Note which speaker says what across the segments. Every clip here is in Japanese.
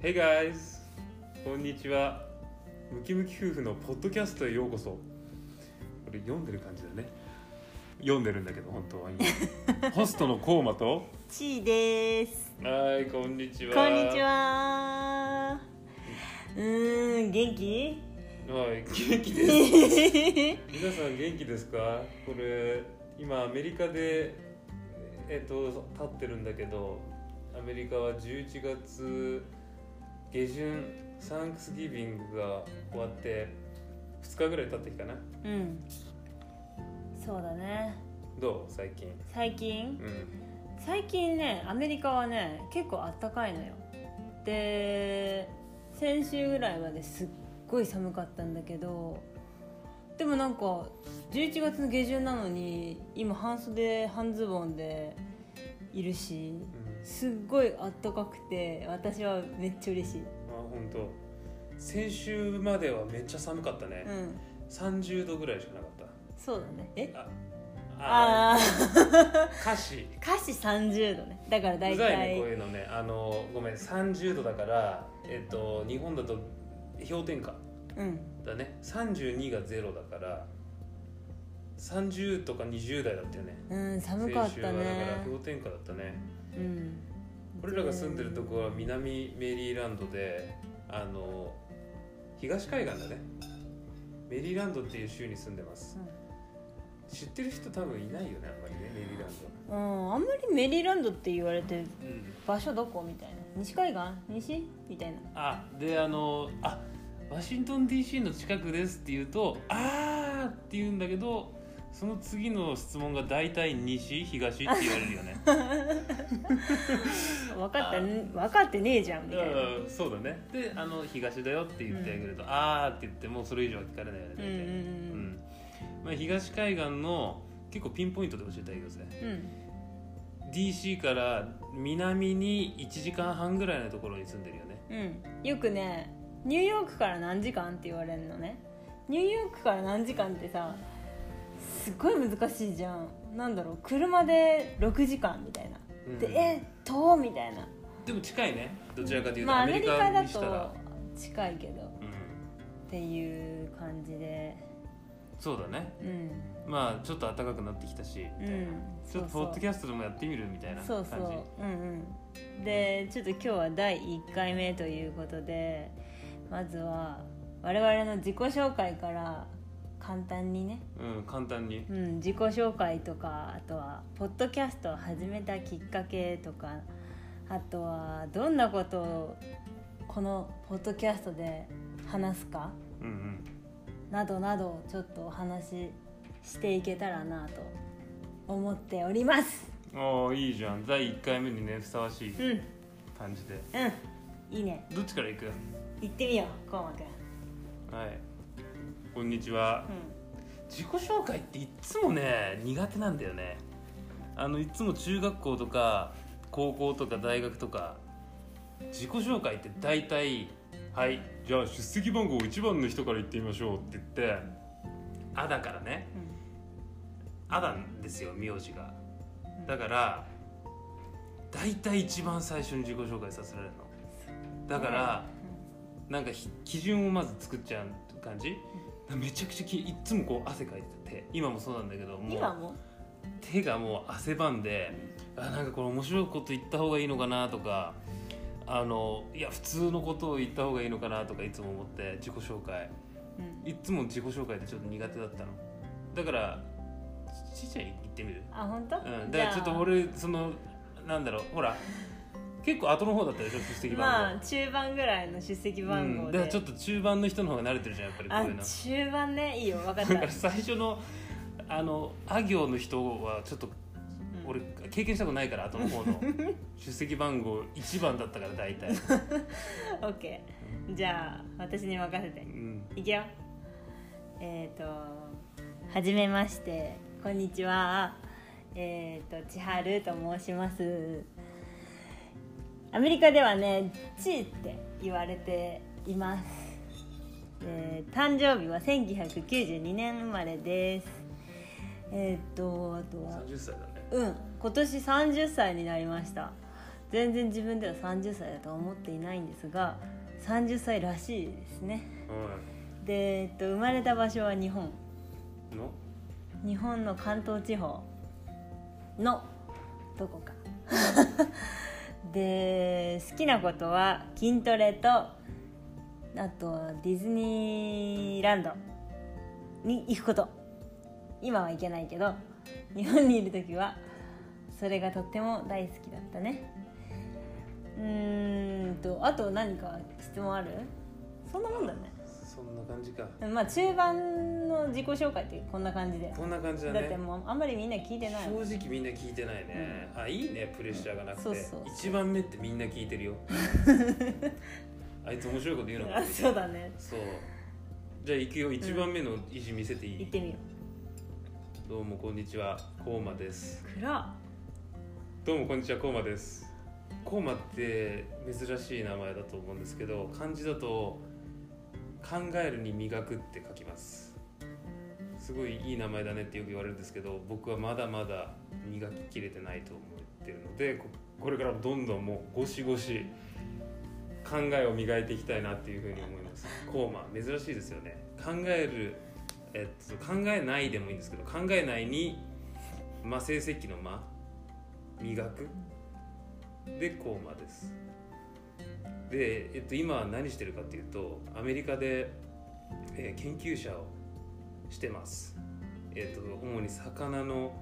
Speaker 1: Hey guys! こんにちは。ムキムキ夫婦のポッドキャストへようこそ。これ読んでる感じだね。読んでるんだけど、本当は 今。ホストのコウマと。
Speaker 2: ちーです。
Speaker 1: はい、こんにち
Speaker 2: こ
Speaker 1: は。
Speaker 2: んにち。は。うーん、元気。
Speaker 1: はい、元気 です。皆さん元気ですかこれ今アメリカでえっと立ってるんだけどアメリカは11月下旬サンクスギビングが終わって2日ぐらい経ってきたな
Speaker 2: うん。そうだね。
Speaker 1: どう最近
Speaker 2: 最
Speaker 1: う、
Speaker 2: 近
Speaker 1: ん
Speaker 2: 最近ね、アメリカはね、結構あったかいのよ。で、先週ぐらいまですっごい寒かったんだけど。でもなんか11月の下旬なのに今半袖半ズボンでいるし
Speaker 1: うん
Speaker 2: すっごいあったかくて私はめっちゃ嬉しい、
Speaker 1: あ本当。先週まではめっちゃ寒かったね、
Speaker 2: うん、
Speaker 1: 30度ぐらいしかなかっ
Speaker 2: そうだねえ
Speaker 1: たああ
Speaker 2: ああ
Speaker 1: 歌詞
Speaker 2: 歌詞30度ねだから
Speaker 1: う
Speaker 2: 大
Speaker 1: ざいね
Speaker 2: 体
Speaker 1: こういうのねあのごめん30度だからえっと日本だと氷点下
Speaker 2: うん
Speaker 1: だね32が0だから30とか20代だったよね
Speaker 2: うん寒かっ
Speaker 1: 先週
Speaker 2: た
Speaker 1: はだから
Speaker 2: ね
Speaker 1: 氷点下だったね
Speaker 2: うん
Speaker 1: 俺らが住んでるとこは南メリーランドであの東海岸だねメリーランドっていう州に住んでます知ってる人多分いないよねあんまりねメリーラン
Speaker 2: うんあんまりメリーランドって言われて
Speaker 1: ド、うん、
Speaker 2: 場所どこみたいな西海岸西みたいな
Speaker 1: あであのあワシントン DC の近くですって言うとあーって言うんだけどその次の質問が大体西東って言われるよ ねだか
Speaker 2: 分かった分かってねえじゃんみた
Speaker 1: ら
Speaker 2: いな
Speaker 1: そうだねであの東だよって言ってあげると、あーって言ってもうそれ以上は聞かれないよね
Speaker 2: うん
Speaker 1: 大
Speaker 2: う
Speaker 1: 体、
Speaker 2: ん
Speaker 1: うんまあ、東海岸の結構ピンポイントで教えてあげようぜ
Speaker 2: うんうん
Speaker 1: DC から南に1時間半ぐらいのところに住んでるよね
Speaker 2: うん、よくねニューヨークから何時間って言われるのねニューヨークから何時間ってさすっごい難しいじゃんなんだろう車で6時間みたいな、
Speaker 1: うん
Speaker 2: でえ遠っみたいな
Speaker 1: でも近いねどちらかというと
Speaker 2: まあ
Speaker 1: ア
Speaker 2: ア
Speaker 1: メ
Speaker 2: メ
Speaker 1: リ
Speaker 2: リ
Speaker 1: カ
Speaker 2: カだ
Speaker 1: にしたら、
Speaker 2: と近いけどっ
Speaker 1: うん、
Speaker 2: ていう感じで
Speaker 1: そうだね
Speaker 2: うん
Speaker 1: まあちょっと暖かくなってきたし、
Speaker 2: う
Speaker 1: みたいなんちょっとポッドキ
Speaker 2: ャ
Speaker 1: ャストでもやってみるみたいな感じ
Speaker 2: そうそううんうんでちょっと今日は第1回目ということでまずは我々の自己紹介から簡単にね
Speaker 1: うん、簡単に
Speaker 2: うん、自己紹介とかあとはポッドキャストを始めたきっかけとかあとはどんなことをこのポッドキャストで話すか
Speaker 1: うんうん
Speaker 2: などなどちょっとお話ししていけたらなと思っております
Speaker 1: ああいいじゃん第1回目にねふさわしい
Speaker 2: うんうん
Speaker 1: 感じで
Speaker 2: いいね
Speaker 1: どっちからいく
Speaker 2: 行ってみようこうまくん、
Speaker 1: はいこんにちは
Speaker 2: う
Speaker 1: 自己紹介っていっつもね苦手なんだよねあのいっつも中学校とか高校とか大学とか自己紹介って大体「はいじゃあ出席番号1番の人から言ってみましょう」って言って「あ」だからね
Speaker 2: んうん
Speaker 1: アダンですよ名字がだから大体一番最初に自己紹介させられるのだから、なんかひ基準をまず作っちゃう感じめちゃくちゃきいっつもこう汗かいてて今もそうなんだけども
Speaker 2: 今
Speaker 1: う
Speaker 2: も
Speaker 1: 手がもう汗ばんであなんかこれ面白いこと言った方がいいのかなとかあのいや普通のことを言った方がいいのかなとかいつも思って自己紹介
Speaker 2: うん
Speaker 1: いっつも自己紹介ってちょっと苦手だったのだからちちっちゃい行ってみる
Speaker 2: あ本当、
Speaker 1: うん、だか
Speaker 2: じゃ
Speaker 1: ら
Speaker 2: あ
Speaker 1: ちょっと俺そのなんだろうほら結構後の方だったでしょ出席番号、
Speaker 2: まあ中盤ぐらいの出席番
Speaker 1: う
Speaker 2: 号
Speaker 1: ん、だ
Speaker 2: で、
Speaker 1: からちょっと中盤の人の方が慣れてるじゃんやっぱりこう
Speaker 2: あ
Speaker 1: いうの
Speaker 2: 中盤ねいいよ分かっ
Speaker 1: だか
Speaker 2: た
Speaker 1: ら最初のあのあ行の人はちょっと 俺経験したことないから後の方 の出席番号1番だったから大体、
Speaker 2: オッケーじゃあ私に任せて
Speaker 1: うん、
Speaker 2: いくよえっ、とはじめましてこんにちはえっ、と千春と申しますアメリカではね「チー」って言われています、えー誕生日は1992年生まれですえっ、とあとは
Speaker 1: 30歳だね
Speaker 2: うん今年30歳になりました全然自分では30歳だとは思っていないんですが30歳らしいですねで、えっと、生まれた場所は日本
Speaker 1: いの
Speaker 2: 日本の関東地方のどこかで好きなことは筋トレとあとはディズニーランドに行くこと今は行けないけど日本にいる時はそれがとっても大好きだったねうーんとあと何か質問あるそんなもんだね
Speaker 1: そんな感じか
Speaker 2: まあ中盤の自己紹介ってこんな感じで
Speaker 1: こんな感じだ
Speaker 2: だって
Speaker 1: ね
Speaker 2: もうあんまりみんな聞いてない
Speaker 1: 正直みんな聞いてないね、あいいねプレッシャーがなくて
Speaker 2: そうそう
Speaker 1: 一番目ってみんな聞いて るよあいつ面白いこと言うのか
Speaker 2: あ
Speaker 1: な
Speaker 2: そうだね
Speaker 1: そうじゃあ行くよ一番目の意地見せていい、
Speaker 2: 行ってみよ
Speaker 1: どうもこんにちはコウマです
Speaker 2: う暗っ
Speaker 1: どうもこんにちはコウマですコウマって珍しい名前だと思うんですけど漢字だと考えるに磨くって書きますすごいいい名前だねってよく言われるんですけど僕はまだまだ磨ききれてないと思ってるのでここれからもどんどんもうゴシゴシ考えを磨いていきたいなっていうふうに思いますコウマ珍しいですよね考える、えっと、考えないでもいいんですけど考えないに魔成績の魔磨くでコーマですで、えっと、今何してるかっていうとアメリカで、えー研究者をしてます、えっと、主に魚の、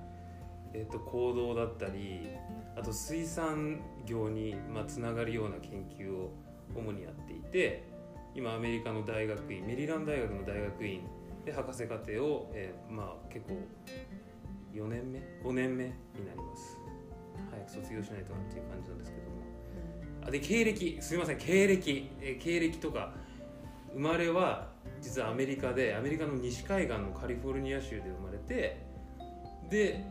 Speaker 1: えっと、行動だったりあと水産業に、まあ、つながるような研究を主にやっていて今アメリカの大学院メリランド大学の大学院で博士課程を、えーまあ、結構4年目5年目になります早く卒業しないとなっていう感じなんですけどもあで経歴すいません経歴えー経歴とか生まれは実はアメリカでアメリカの西海岸のカリフォルニア州で生まれてで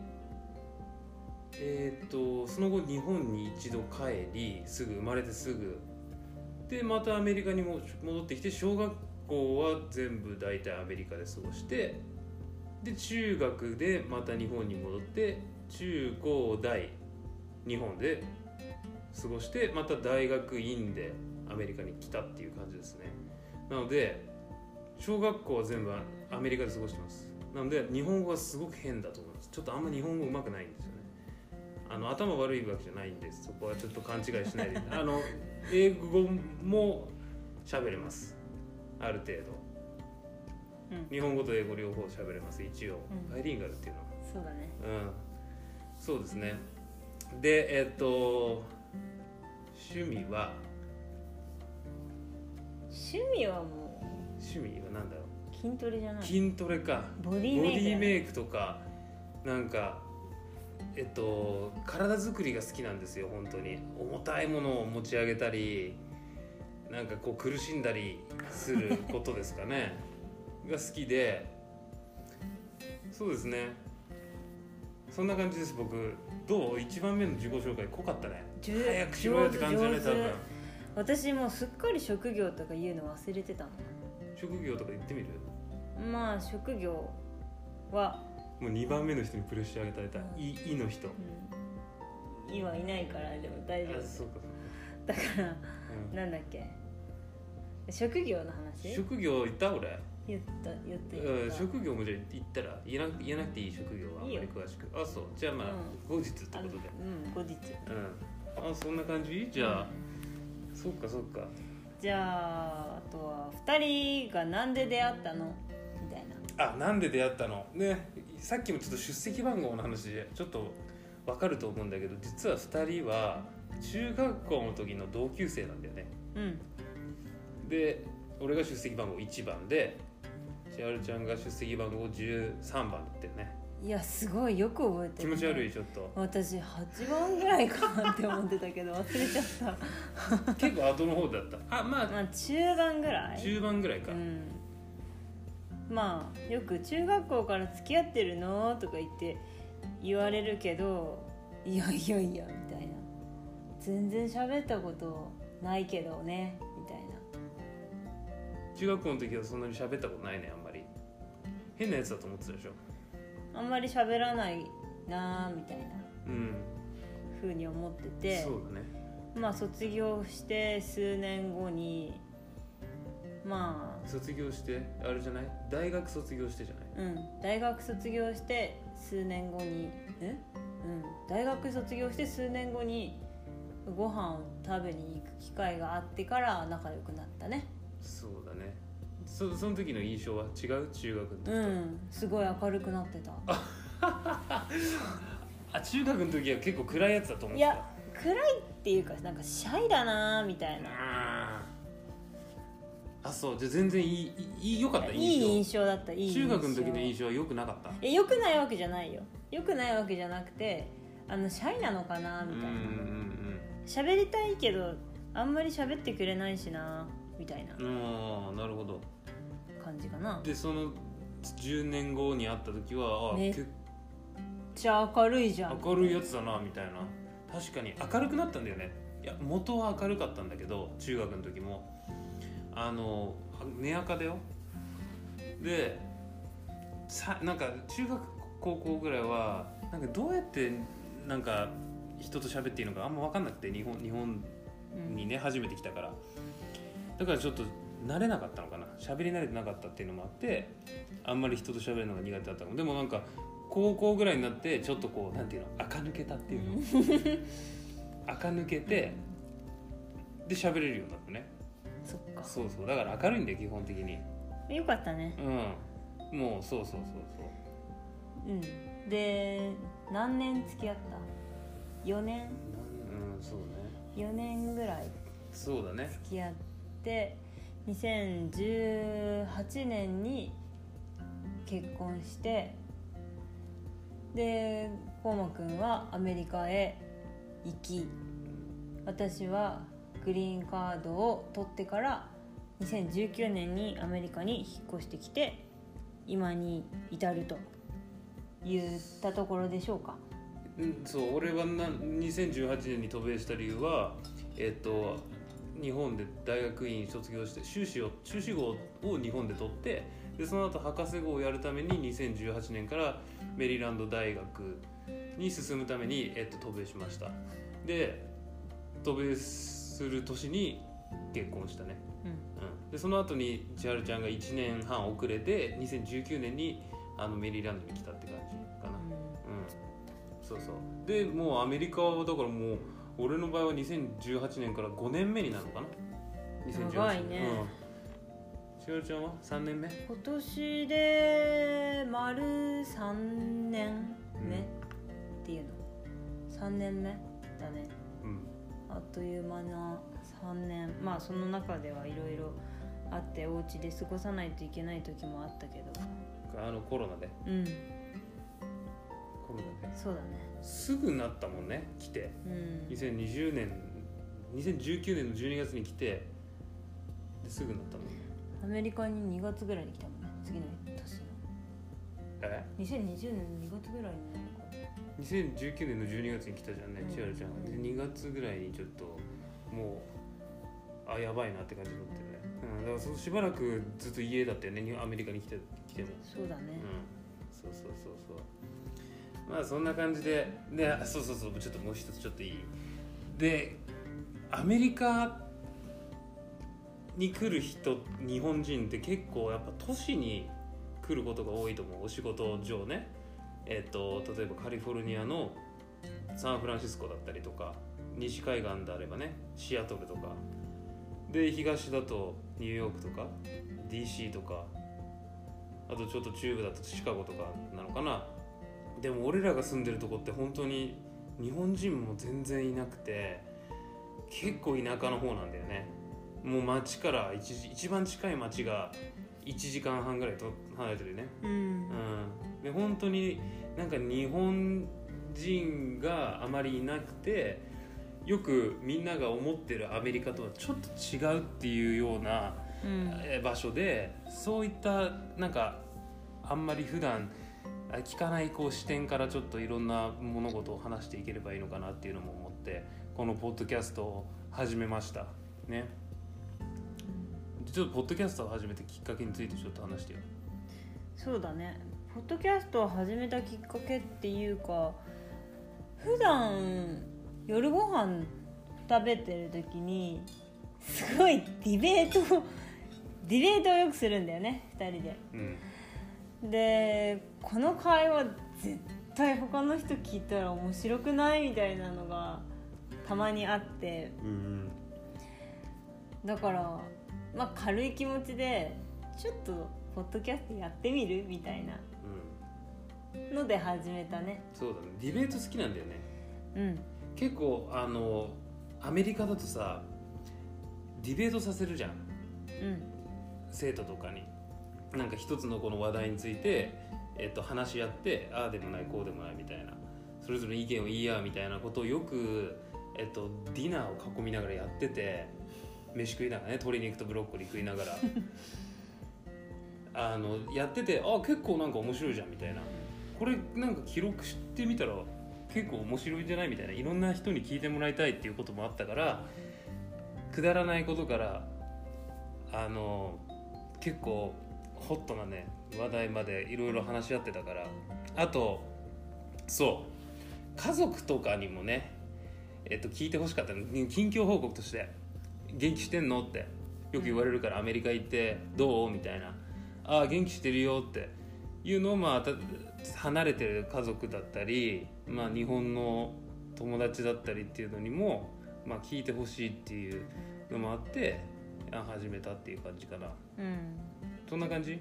Speaker 1: えーっとその後日本に一度帰りすぐ生まれてすぐでまたアメリカにも戻ってきて小学校は全部大体アメリカで過ごしてで中学でまた日本に戻って中高大日本で過ごしてまた大学院でアメリカに来たっていう感じですねなので小学校は全部アメリカで過ごしてますなので日本語はすごく変だと思いますちょっとあんま日本語うまくないんですよねあの頭悪いわけじゃないんですそこはちょっと勘違いし ないであの英語も喋れますある程度
Speaker 2: うん
Speaker 1: 日本語と英語両方喋れます一応
Speaker 2: うん
Speaker 1: バイリンガルっていうのは
Speaker 2: そうだね
Speaker 1: うんそうですねでえっと趣味は
Speaker 2: 趣味はも
Speaker 1: 趣味は何だろ
Speaker 2: う筋トレじゃな
Speaker 1: う
Speaker 2: い
Speaker 1: 筋トレか
Speaker 2: ボデ
Speaker 1: ボデ
Speaker 2: ィメイク
Speaker 1: ィメ
Speaker 2: イ
Speaker 1: イクとかなんかえっと体作りが好きなんですよ本当に重たいものを持ち上げたりなんかこう苦しんだりすることですかね が好きでそうですねそんな感じです僕どう一番目の自己紹介濃かったね
Speaker 2: じゅ
Speaker 1: 早くしろよって感じだね
Speaker 2: 上手
Speaker 1: 多分
Speaker 2: 私もうすっかり職業とか言うの忘れてた
Speaker 1: 職業とか言ってみる
Speaker 2: のまあ職業は、
Speaker 1: もう2番目の人にプレッシャー与えた「い」いの人
Speaker 2: うん、今いないからでも大丈
Speaker 1: あ
Speaker 2: 夫
Speaker 1: そうか、
Speaker 2: だから
Speaker 1: うん
Speaker 2: なんだっけ職業の話
Speaker 1: 職業言った俺
Speaker 2: 言った言った
Speaker 1: うん
Speaker 2: 言った
Speaker 1: 職業もじゃあ言ったら言えな言えなくていい職業はあん
Speaker 2: いい
Speaker 1: ま
Speaker 2: よ
Speaker 1: り詳しくあそうじゃあまあ、後日ってこと
Speaker 2: あ
Speaker 1: で
Speaker 2: うん後日
Speaker 1: うんあそんな感じじゃあ、そっかそっか
Speaker 2: じゃああとは2人がなんで出会ったのみたいな
Speaker 1: あなんで出会ったのねさっきもちょっと出席番号の話でちょっとわかると思うんだけど実は2人は中学校の時の同級生なんだよね
Speaker 2: うん
Speaker 1: で俺が出席番号1番で千春ちゃんが出席番号13番だったよね
Speaker 2: いやすごいよく覚えて
Speaker 1: 気
Speaker 2: るね、
Speaker 1: 持ち悪いちょっと
Speaker 2: 私8番ぐらいかなって思ってた けど忘れちゃった
Speaker 1: 結構後の方だった あまあ
Speaker 2: まあ中盤ぐらい
Speaker 1: 中盤ぐらいか、
Speaker 2: うんまあよく「中学校から付き合ってるの?」とか言って言われるけど「いやいやいや」みたいな「全然喋ったことないけどね」みたいな
Speaker 1: 中学校の時はそんなに喋ったことないねあんまり変なやつだと思ってたでしょ
Speaker 2: あんまり喋らないなーみたいな
Speaker 1: うん
Speaker 2: 風に思ってて
Speaker 1: そうだね
Speaker 2: まあ卒業して数年後にま
Speaker 1: 卒業してあれじゃない大学卒業してじゃない
Speaker 2: あうん大学卒業して数年後にえうん大学卒業して数年後にご飯を食べに行く機会があってから仲良くなったね
Speaker 1: そうだねそその時の印象は違う中学の時と、
Speaker 2: うんすごい明るくなってた
Speaker 1: あ中学の時は結構暗いやつだと思っ
Speaker 2: い
Speaker 1: てた
Speaker 2: や暗いっていうかなんかシャイだなーみたいな
Speaker 1: あーあそうじゃあ全然いいいい良かった
Speaker 2: いい印
Speaker 1: 象
Speaker 2: 象だったいい印象
Speaker 1: 中学の時の印象は良くなかった
Speaker 2: え良くないわけじゃないよ良くないわけじゃなくてあのシャイなのかな
Speaker 1: うん
Speaker 2: み
Speaker 1: うん
Speaker 2: たいな
Speaker 1: うん
Speaker 2: 喋りたいけどあんまり喋ってくれないしなみたいな
Speaker 1: ああなるほど
Speaker 2: 感じかなめっ
Speaker 1: でその10年後に会った時はあ、
Speaker 2: ね
Speaker 1: 結
Speaker 2: ちゃ明るいじゃん
Speaker 1: 構明るいやつだなみたいな確かに明るくなったんだよねいや元は明るかったんだけど中学の時もあの寝垢だよでさなんか中学高校ぐらいはなんかどうやってなんか人と喋っていいのかあんま分かんなくて日本日本
Speaker 2: うん
Speaker 1: にね初めて来たからだからちょっと慣れなかったのかな喋り慣れてなかったっていうのもあってあんまり人と喋るのが苦手だったのでもなんか高校ぐらいになってちょっとこうなんていうの垢抜けたっていうの垢抜けてで喋れるようになったね
Speaker 2: そっか
Speaker 1: そうそうだから明るいんだよ基本的に
Speaker 2: よかったね
Speaker 1: うんもうそうそうそうそう
Speaker 2: うんで何年付き合った4年
Speaker 1: なんうんそうね
Speaker 2: 4年ぐらい
Speaker 1: そうだね
Speaker 2: 付き合って2018年に結婚してでこうまくんはアメリカへ行き私はグリーンカードを取ってから2019年にアメリカに引っ越してきて今に至ると言ったところでしょうか
Speaker 1: うんそう俺はな2018年に渡米した理由はえっと日本で大学院卒業して修士を修士号を日本で取ってでその後博士号をやるために2018年からメリーランド大学に進むために、えっと、渡米しましたで渡米する年に結婚したね
Speaker 2: うん
Speaker 1: うん、でその後に千春ちゃんが1年半遅れて2019年にあのメリーランドに来たって感じかなうんそうそうでもうアメリカはだからもう俺の場合は2018年から5年目になるのかな2018年
Speaker 2: 長いね
Speaker 1: うん、千春ちゃんは3年目
Speaker 2: 今年で丸3年目、
Speaker 1: うん
Speaker 2: っていうの3年目だね
Speaker 1: うん
Speaker 2: あっという間な3年まあその中ではいろいろあってお家で過ごさないといけない時もあったけど
Speaker 1: あのコロナで
Speaker 2: うん
Speaker 1: コロナで
Speaker 2: そうだね
Speaker 1: すぐなったもんね来て
Speaker 2: うん
Speaker 1: 2020年2019年の12月に来てですぐなったもん
Speaker 2: アメリカに2月ぐらいに来たもんね次の年の
Speaker 1: え
Speaker 2: 2020年の2月ぐらいになるのかな
Speaker 1: 2019年の12月に来たじゃんね
Speaker 2: うん
Speaker 1: 千春ちゃんで
Speaker 2: うん
Speaker 1: 2月ぐらいにちょっともうあやばいなって感じになってるね、うん、だからそしばらくずっと家だったよねにアメリカに来て来ても、
Speaker 2: そうだね
Speaker 1: うん、そうそうそうそうまあそんな感じでであそうそうそうちょっともう一つちょっといいでアメリカに来る人日本人って結構やっぱ都市に来ることが多いと思うお仕事上ねえっ、と例えばカリフォルニアのサンフランシスコだったりとか西海岸であればねシアトルとかで東だとニューヨークとか DC とかあとちょっと中部だとシカゴとかなのかなでも俺らが住んでるとこって本当に日本人も全然いなくて結構田舎の方なんだよねもう町から一時一番近い町が1時間半ぐらいと離れてるね
Speaker 2: うん
Speaker 1: うん、で本当になんか日本人があまりいなくてよくみんなが思ってるアメリカとはちょっと違うっていうような
Speaker 2: うん
Speaker 1: えー場所でそういったなんかあんまり普段あ聞かないこう視点からちょっといろんな物事を話していければいいのかなっていうのも思ってこのポッドキャストを始めましたねちょっとポッドキャストを始めてきっかけについてちょっと話してよ
Speaker 2: そうだねポッドキャストを始めたきっかけっていうか普段夜ご飯食べてる時にすごいディベート をディベートをよくするんだよね2人で
Speaker 1: うん
Speaker 2: でこの会話絶対他の人聞いたら面白くないみたいなのがたまにあって
Speaker 1: うん
Speaker 2: だから、まあ、軽い気持ちでちょっとポッドキャストやってみるみたいな
Speaker 1: うん
Speaker 2: ので始めたね
Speaker 1: そうだねディベート好きなんだよね
Speaker 2: うん
Speaker 1: 結構あのアメリカだとさディベートさせるじゃん
Speaker 2: うん
Speaker 1: 生徒とかになんか一つのこの話題について、えっと、話し合ってああでもないこうでもないみたいなそれぞれの意見を言い合うみたいなことをよく、えっと、ディナーを囲みながらやってて飯食いながらね鶏肉とブロッコリー食いながら あのやっててああ結構なんか面白いじゃんみたいなこれなんか記録してみたら結構面白いんじゃないみたいないろんな人に聞いてもらいたいっていうこともあったからくだらないことからあの結構ホットなね話題までいろいろ話し合ってたからあとそう家族とかにもねえっと聞いてほしかったの近況報告として「元気してんの?」ってよく言われるからアメリカ行って「どう?」みたいな「ああ元気してるよ」っていうのをまあた離れてる家族だったり、まあ、日本の友達だったりっていうのにも、まあ、聞いてほしいっていうのもあってあ始めたっていう感じかな。
Speaker 2: うん
Speaker 1: そんな感じ
Speaker 2: うん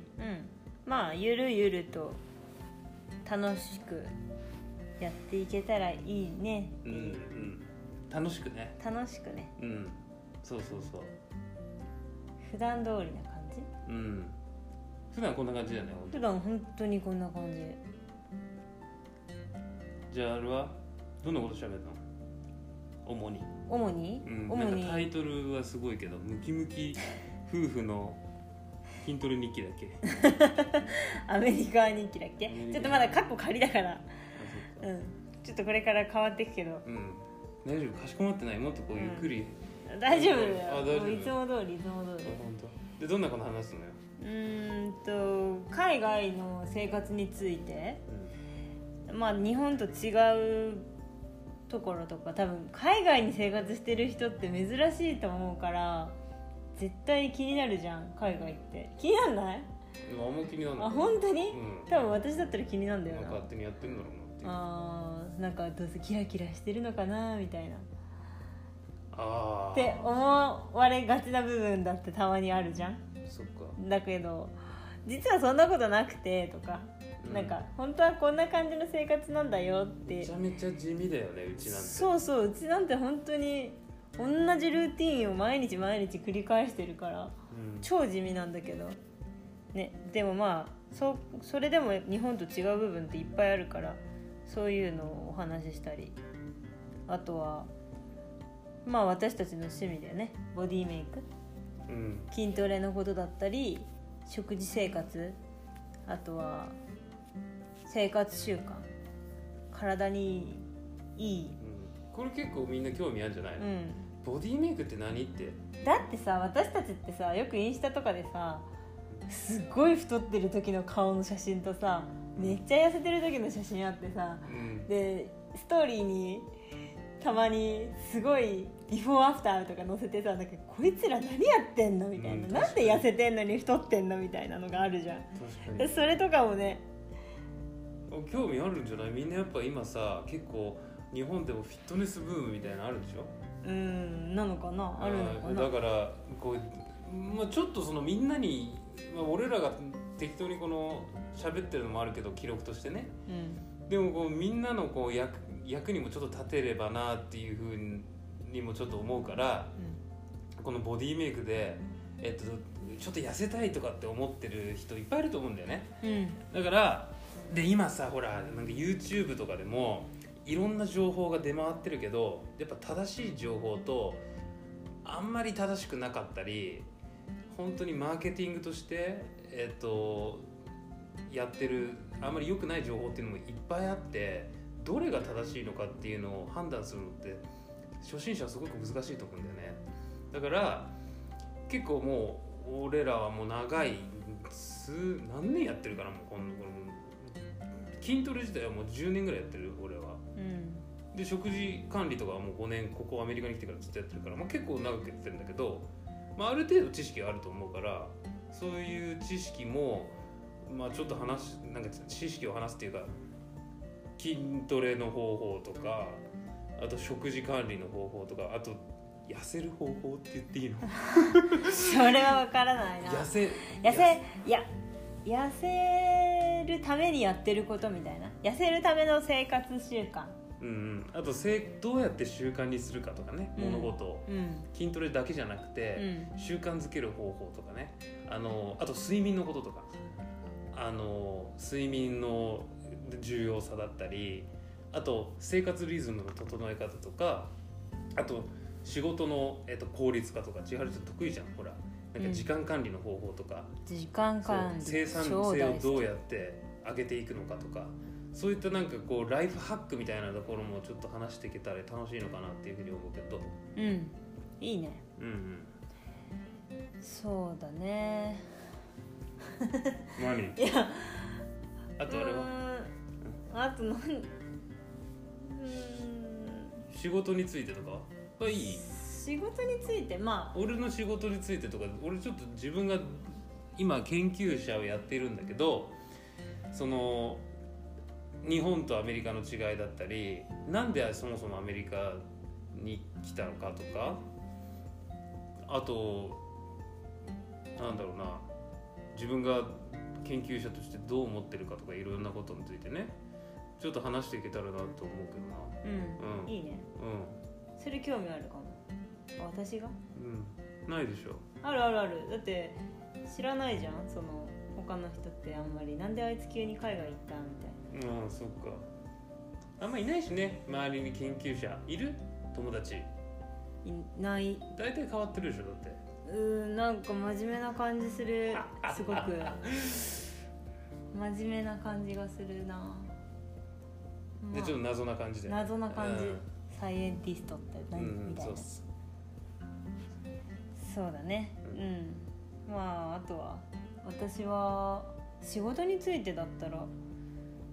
Speaker 2: まあゆるゆると楽しくやっていけたらいいね、
Speaker 1: うんうん楽しくね
Speaker 2: 楽しくね
Speaker 1: うんそうそうそう
Speaker 2: 普段通りな感じ
Speaker 1: うん普段こんな感じだよね
Speaker 2: 普段本当にこんな感じ
Speaker 1: じゃああれはどんなこと喋るの主に、
Speaker 2: 主に、
Speaker 1: うん、
Speaker 2: 主
Speaker 1: なんかタイ
Speaker 2: に
Speaker 1: トルはすごいけどムキムキ夫婦の筋トレ日記だっけ あ
Speaker 2: アメリカ日記だっけ
Speaker 1: アメリカ
Speaker 2: ちょっとまだカッコ仮だから
Speaker 1: そっか
Speaker 2: うんちょっとこれから変わっていくけど
Speaker 1: うん大丈夫かしこまってないもっとこうゆっくり、
Speaker 2: 大丈夫だ
Speaker 1: あ大
Speaker 2: よ
Speaker 1: 丈夫
Speaker 2: もういつも通りいつも通り
Speaker 1: あ本当。でどんなこと話すのよ、
Speaker 2: うーんと海外の生活についてまあ日本と違うところとか多分海外に生活してる人って珍しいと思うから絶対気になるじゃん海外って気になんない
Speaker 1: でもあんま気にならない
Speaker 2: あ本当に、
Speaker 1: うん
Speaker 2: 多分私だったら気になるんだよ
Speaker 1: なんか
Speaker 2: な
Speaker 1: 勝手にやってんだろうなっていう
Speaker 2: あーなんかどうせキラキラしてるのかなみたいなっ
Speaker 1: あ
Speaker 2: て思われがちな部分だってたまにあるじゃん
Speaker 1: あそっか
Speaker 2: だけど実はそんなことなくてとか、
Speaker 1: うん
Speaker 2: なんか本当はこんな感じの生活なんだよって
Speaker 1: めちゃめちゃ地味だよねうちなんて
Speaker 2: そうそううちなんて本当に同じルーティンを毎日毎日繰り返してるから
Speaker 1: うん
Speaker 2: 超地味なんだけど、ね、でもまあそうそれでも日本と違う部分っていっぱいあるからそういうのをお話ししたりあとはまあ私たちの趣味だよねボディメイク
Speaker 1: うん
Speaker 2: 筋トレのことだったり食事生活あとは生活習慣体にいい
Speaker 1: うんこれ結構みんな興味あるんじゃないの、
Speaker 2: うん
Speaker 1: ボディメイクって何って
Speaker 2: だってさ私たちってさよくインスタとかでさすっごい太ってる時の顔の写真とさめっちゃ痩せてる時の写真あってさ
Speaker 1: うん
Speaker 2: でストーリーにたまにすごいビフォーアフターとか載せてさなんかこいつら何やってんのみたいな、
Speaker 1: うん
Speaker 2: なんで痩せてんのに太ってんのみたいなのがあるじゃん
Speaker 1: 確か
Speaker 2: でそれとかもね
Speaker 1: に興味あるんじゃないみんなやっぱ今さ結構日本でもフィットネスブームみたいなのあるでしょ
Speaker 2: うんなのかなあるのかな
Speaker 1: だからこう、まあ、ちょっとそのみんなに、まあ、俺らが適当にこの喋ってるのもあるけど記録としてね
Speaker 2: うん
Speaker 1: でもこうみんなのこう役役にもちょっと立てればなっていうふうにもちょっと思うからこのボディメイクで、えっと、ちょっと痩せたいとかって思ってる人いっぱいいると思うんだよね
Speaker 2: うんうん
Speaker 1: だからで今さほらなんか YouTube とかでもいろんな情報が出回ってるけどやっぱ正しい情報とあんまり正しくなかったり本当にマーケティングとしてえっとやってるあんまり良くない情報っていうのもいっぱいあってどれが正しいのかっていうのを判断するのって初心者はすごく難しいと思うんだよねだから結構もう俺らはもう長い数何年やってるからもうこのこの筋トレ自体はもう10年ぐらいやってる俺は
Speaker 2: うん
Speaker 1: で食事管理とかはもう5年ここアメリカに来てからずっとやってるから、まあ、結構長くやってるんだけど、まあ、ある程度知識があると思うからそういう知識も、まあ、ちょっと話しなんか知識を話すっていうか筋トレの方法とかあと食事管理の方法とかあと痩せる方法って言っていいの
Speaker 2: それは分からないな
Speaker 1: 痩せ
Speaker 2: 痩せいや痩せるためにやってることみたいな痩せるための生活習慣
Speaker 1: うんうん、あとせいどうやって習慣にするかとかね、
Speaker 2: うん
Speaker 1: 物事を
Speaker 2: うん
Speaker 1: 筋トレだけじゃなく
Speaker 2: う
Speaker 1: て、
Speaker 2: ん
Speaker 1: 習慣づける方法とかねあのあと睡眠のこととかあの睡眠の重要さだったりあと生活リズムの整え方とかあと仕事の、えっと、効率化とか千春ちゃん得意じゃんほらなんか時間管理の方法とか、
Speaker 2: 時間
Speaker 1: そう
Speaker 2: 管理
Speaker 1: 生産性
Speaker 2: 超大
Speaker 1: を
Speaker 2: 事
Speaker 1: どうやって上げていくのかとかそういったなんかこうライフハックみたいなところもちょっと話していけたら楽しいのかなっていうふうに思うけど
Speaker 2: うんいいね
Speaker 1: うんうん
Speaker 2: そうだね
Speaker 1: 何
Speaker 2: いや
Speaker 1: あとあれ
Speaker 2: う
Speaker 1: は
Speaker 2: ーんあと何う
Speaker 1: 仕事についてとかは
Speaker 2: ー
Speaker 1: い
Speaker 2: ん
Speaker 1: い
Speaker 2: 仕事についてまあ
Speaker 1: 俺の仕事についてとか俺ちょっと自分が今研究者をやっているんだけどその日本とアメリカの違いだったりなんでそもそもアメリカに来たのかとかあとなんだろうな自分が研究者としてどう思ってるかとかいろんなことについてねちょっと話していけたらなと思うけ
Speaker 2: うん、
Speaker 1: うん
Speaker 2: いいね
Speaker 1: どな
Speaker 2: それ興味あるかもあ私
Speaker 1: う
Speaker 2: が
Speaker 1: んうんないでしょ
Speaker 2: あるあるあるだって知らないじゃんその他の人ってあんまりなんであいつ急に海外行ったみたい
Speaker 1: ああそっかあんまいないしね周りに研究者いる友達
Speaker 2: ないない
Speaker 1: 大体変わってるでしょだって
Speaker 2: うーんなんか真面目な感じするすごく真面目な感じがするな、ま
Speaker 1: で
Speaker 2: あ
Speaker 1: ちょっと謎な感じで
Speaker 2: 謎な感じ、
Speaker 1: うん
Speaker 2: サイエンティストって
Speaker 1: う
Speaker 2: 何、
Speaker 1: ん
Speaker 2: みたい
Speaker 1: そう
Speaker 2: な
Speaker 1: っす
Speaker 2: そうだね
Speaker 1: う
Speaker 2: うんん、まああとは私は仕事についてだったら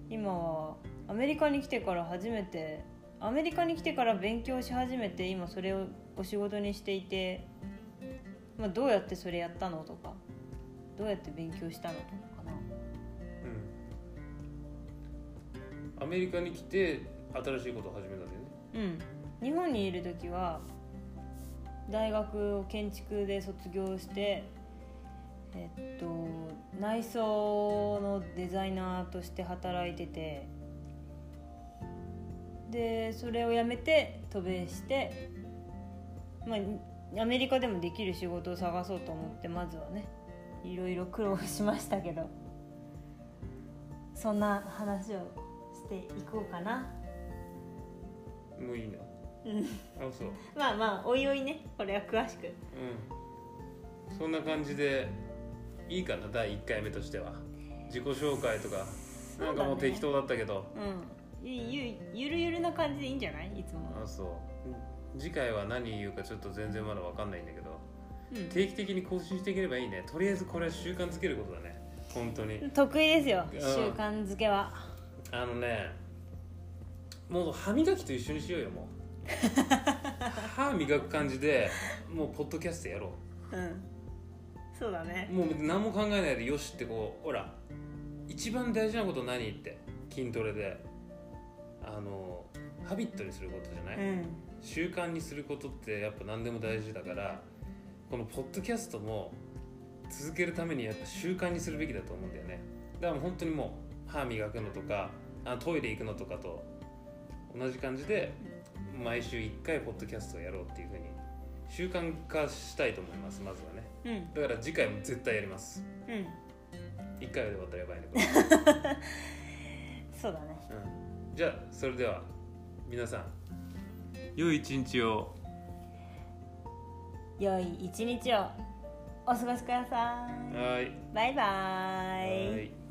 Speaker 2: 今はアメリカに来てから初めてアメリカに来てから勉強し始めて今それをお仕事にしていて、まあ、どうやってそれやったのとかどうやって勉強したのとかかな
Speaker 1: うんアメリカに来て新しいことを始めたんだよね
Speaker 2: うん日本にいる時は大学を建築で卒業してえっと内装のデザイナーとして働いててでそれを辞めて渡米してまあアメリカでもできる仕事を探そうと思ってまずはねいろいろ苦労しましたけどそんな話をしていこうかな。
Speaker 1: もういいな
Speaker 2: うん
Speaker 1: あそう
Speaker 2: まあまあおいおいねこれは詳しく
Speaker 1: うんそんな感じでいいかな第1回目としては自己紹介とか、
Speaker 2: そうだね
Speaker 1: なんかもう適当だったけど
Speaker 2: うんゆゆゆるゆるな感じでいいんじゃないいつも
Speaker 1: あそう次回は何言うかちょっと全然まだ分かんないんだけど
Speaker 2: う
Speaker 1: 定期的に更新していければいいねとりあえずこれは習慣づけることだね本当に
Speaker 2: ん得意ですよ
Speaker 1: うん
Speaker 2: 習慣づけは
Speaker 1: あのねもう歯磨きと一緒にしようよもう歯磨く感じでもうポッドキャストやろ
Speaker 2: うんそうだね
Speaker 1: うもう何も考えないでよしってこうほら一番大事なこと何って筋トレであのハビットにすることじゃない、
Speaker 2: うん
Speaker 1: 習慣にすることってやっぱ何でも大事だからこのポッドキャストも続けるためにやっぱ習慣にするべきだと思うんだよねだからもう本当にもう歯磨くのとかあトイレ行くのとかと同じ感じで毎週1回ポッドキャストをやろうっていうふうに習慣化したいと思いますまずはね
Speaker 2: うん
Speaker 1: だから次回も絶対やります
Speaker 2: うん
Speaker 1: 1回で終わったらやばいね これ、
Speaker 2: そうだね
Speaker 1: うん、じゃあそれでは皆さん良い一日を
Speaker 2: 良い一日をお過ごしください
Speaker 1: はい
Speaker 2: バイバーイ
Speaker 1: はい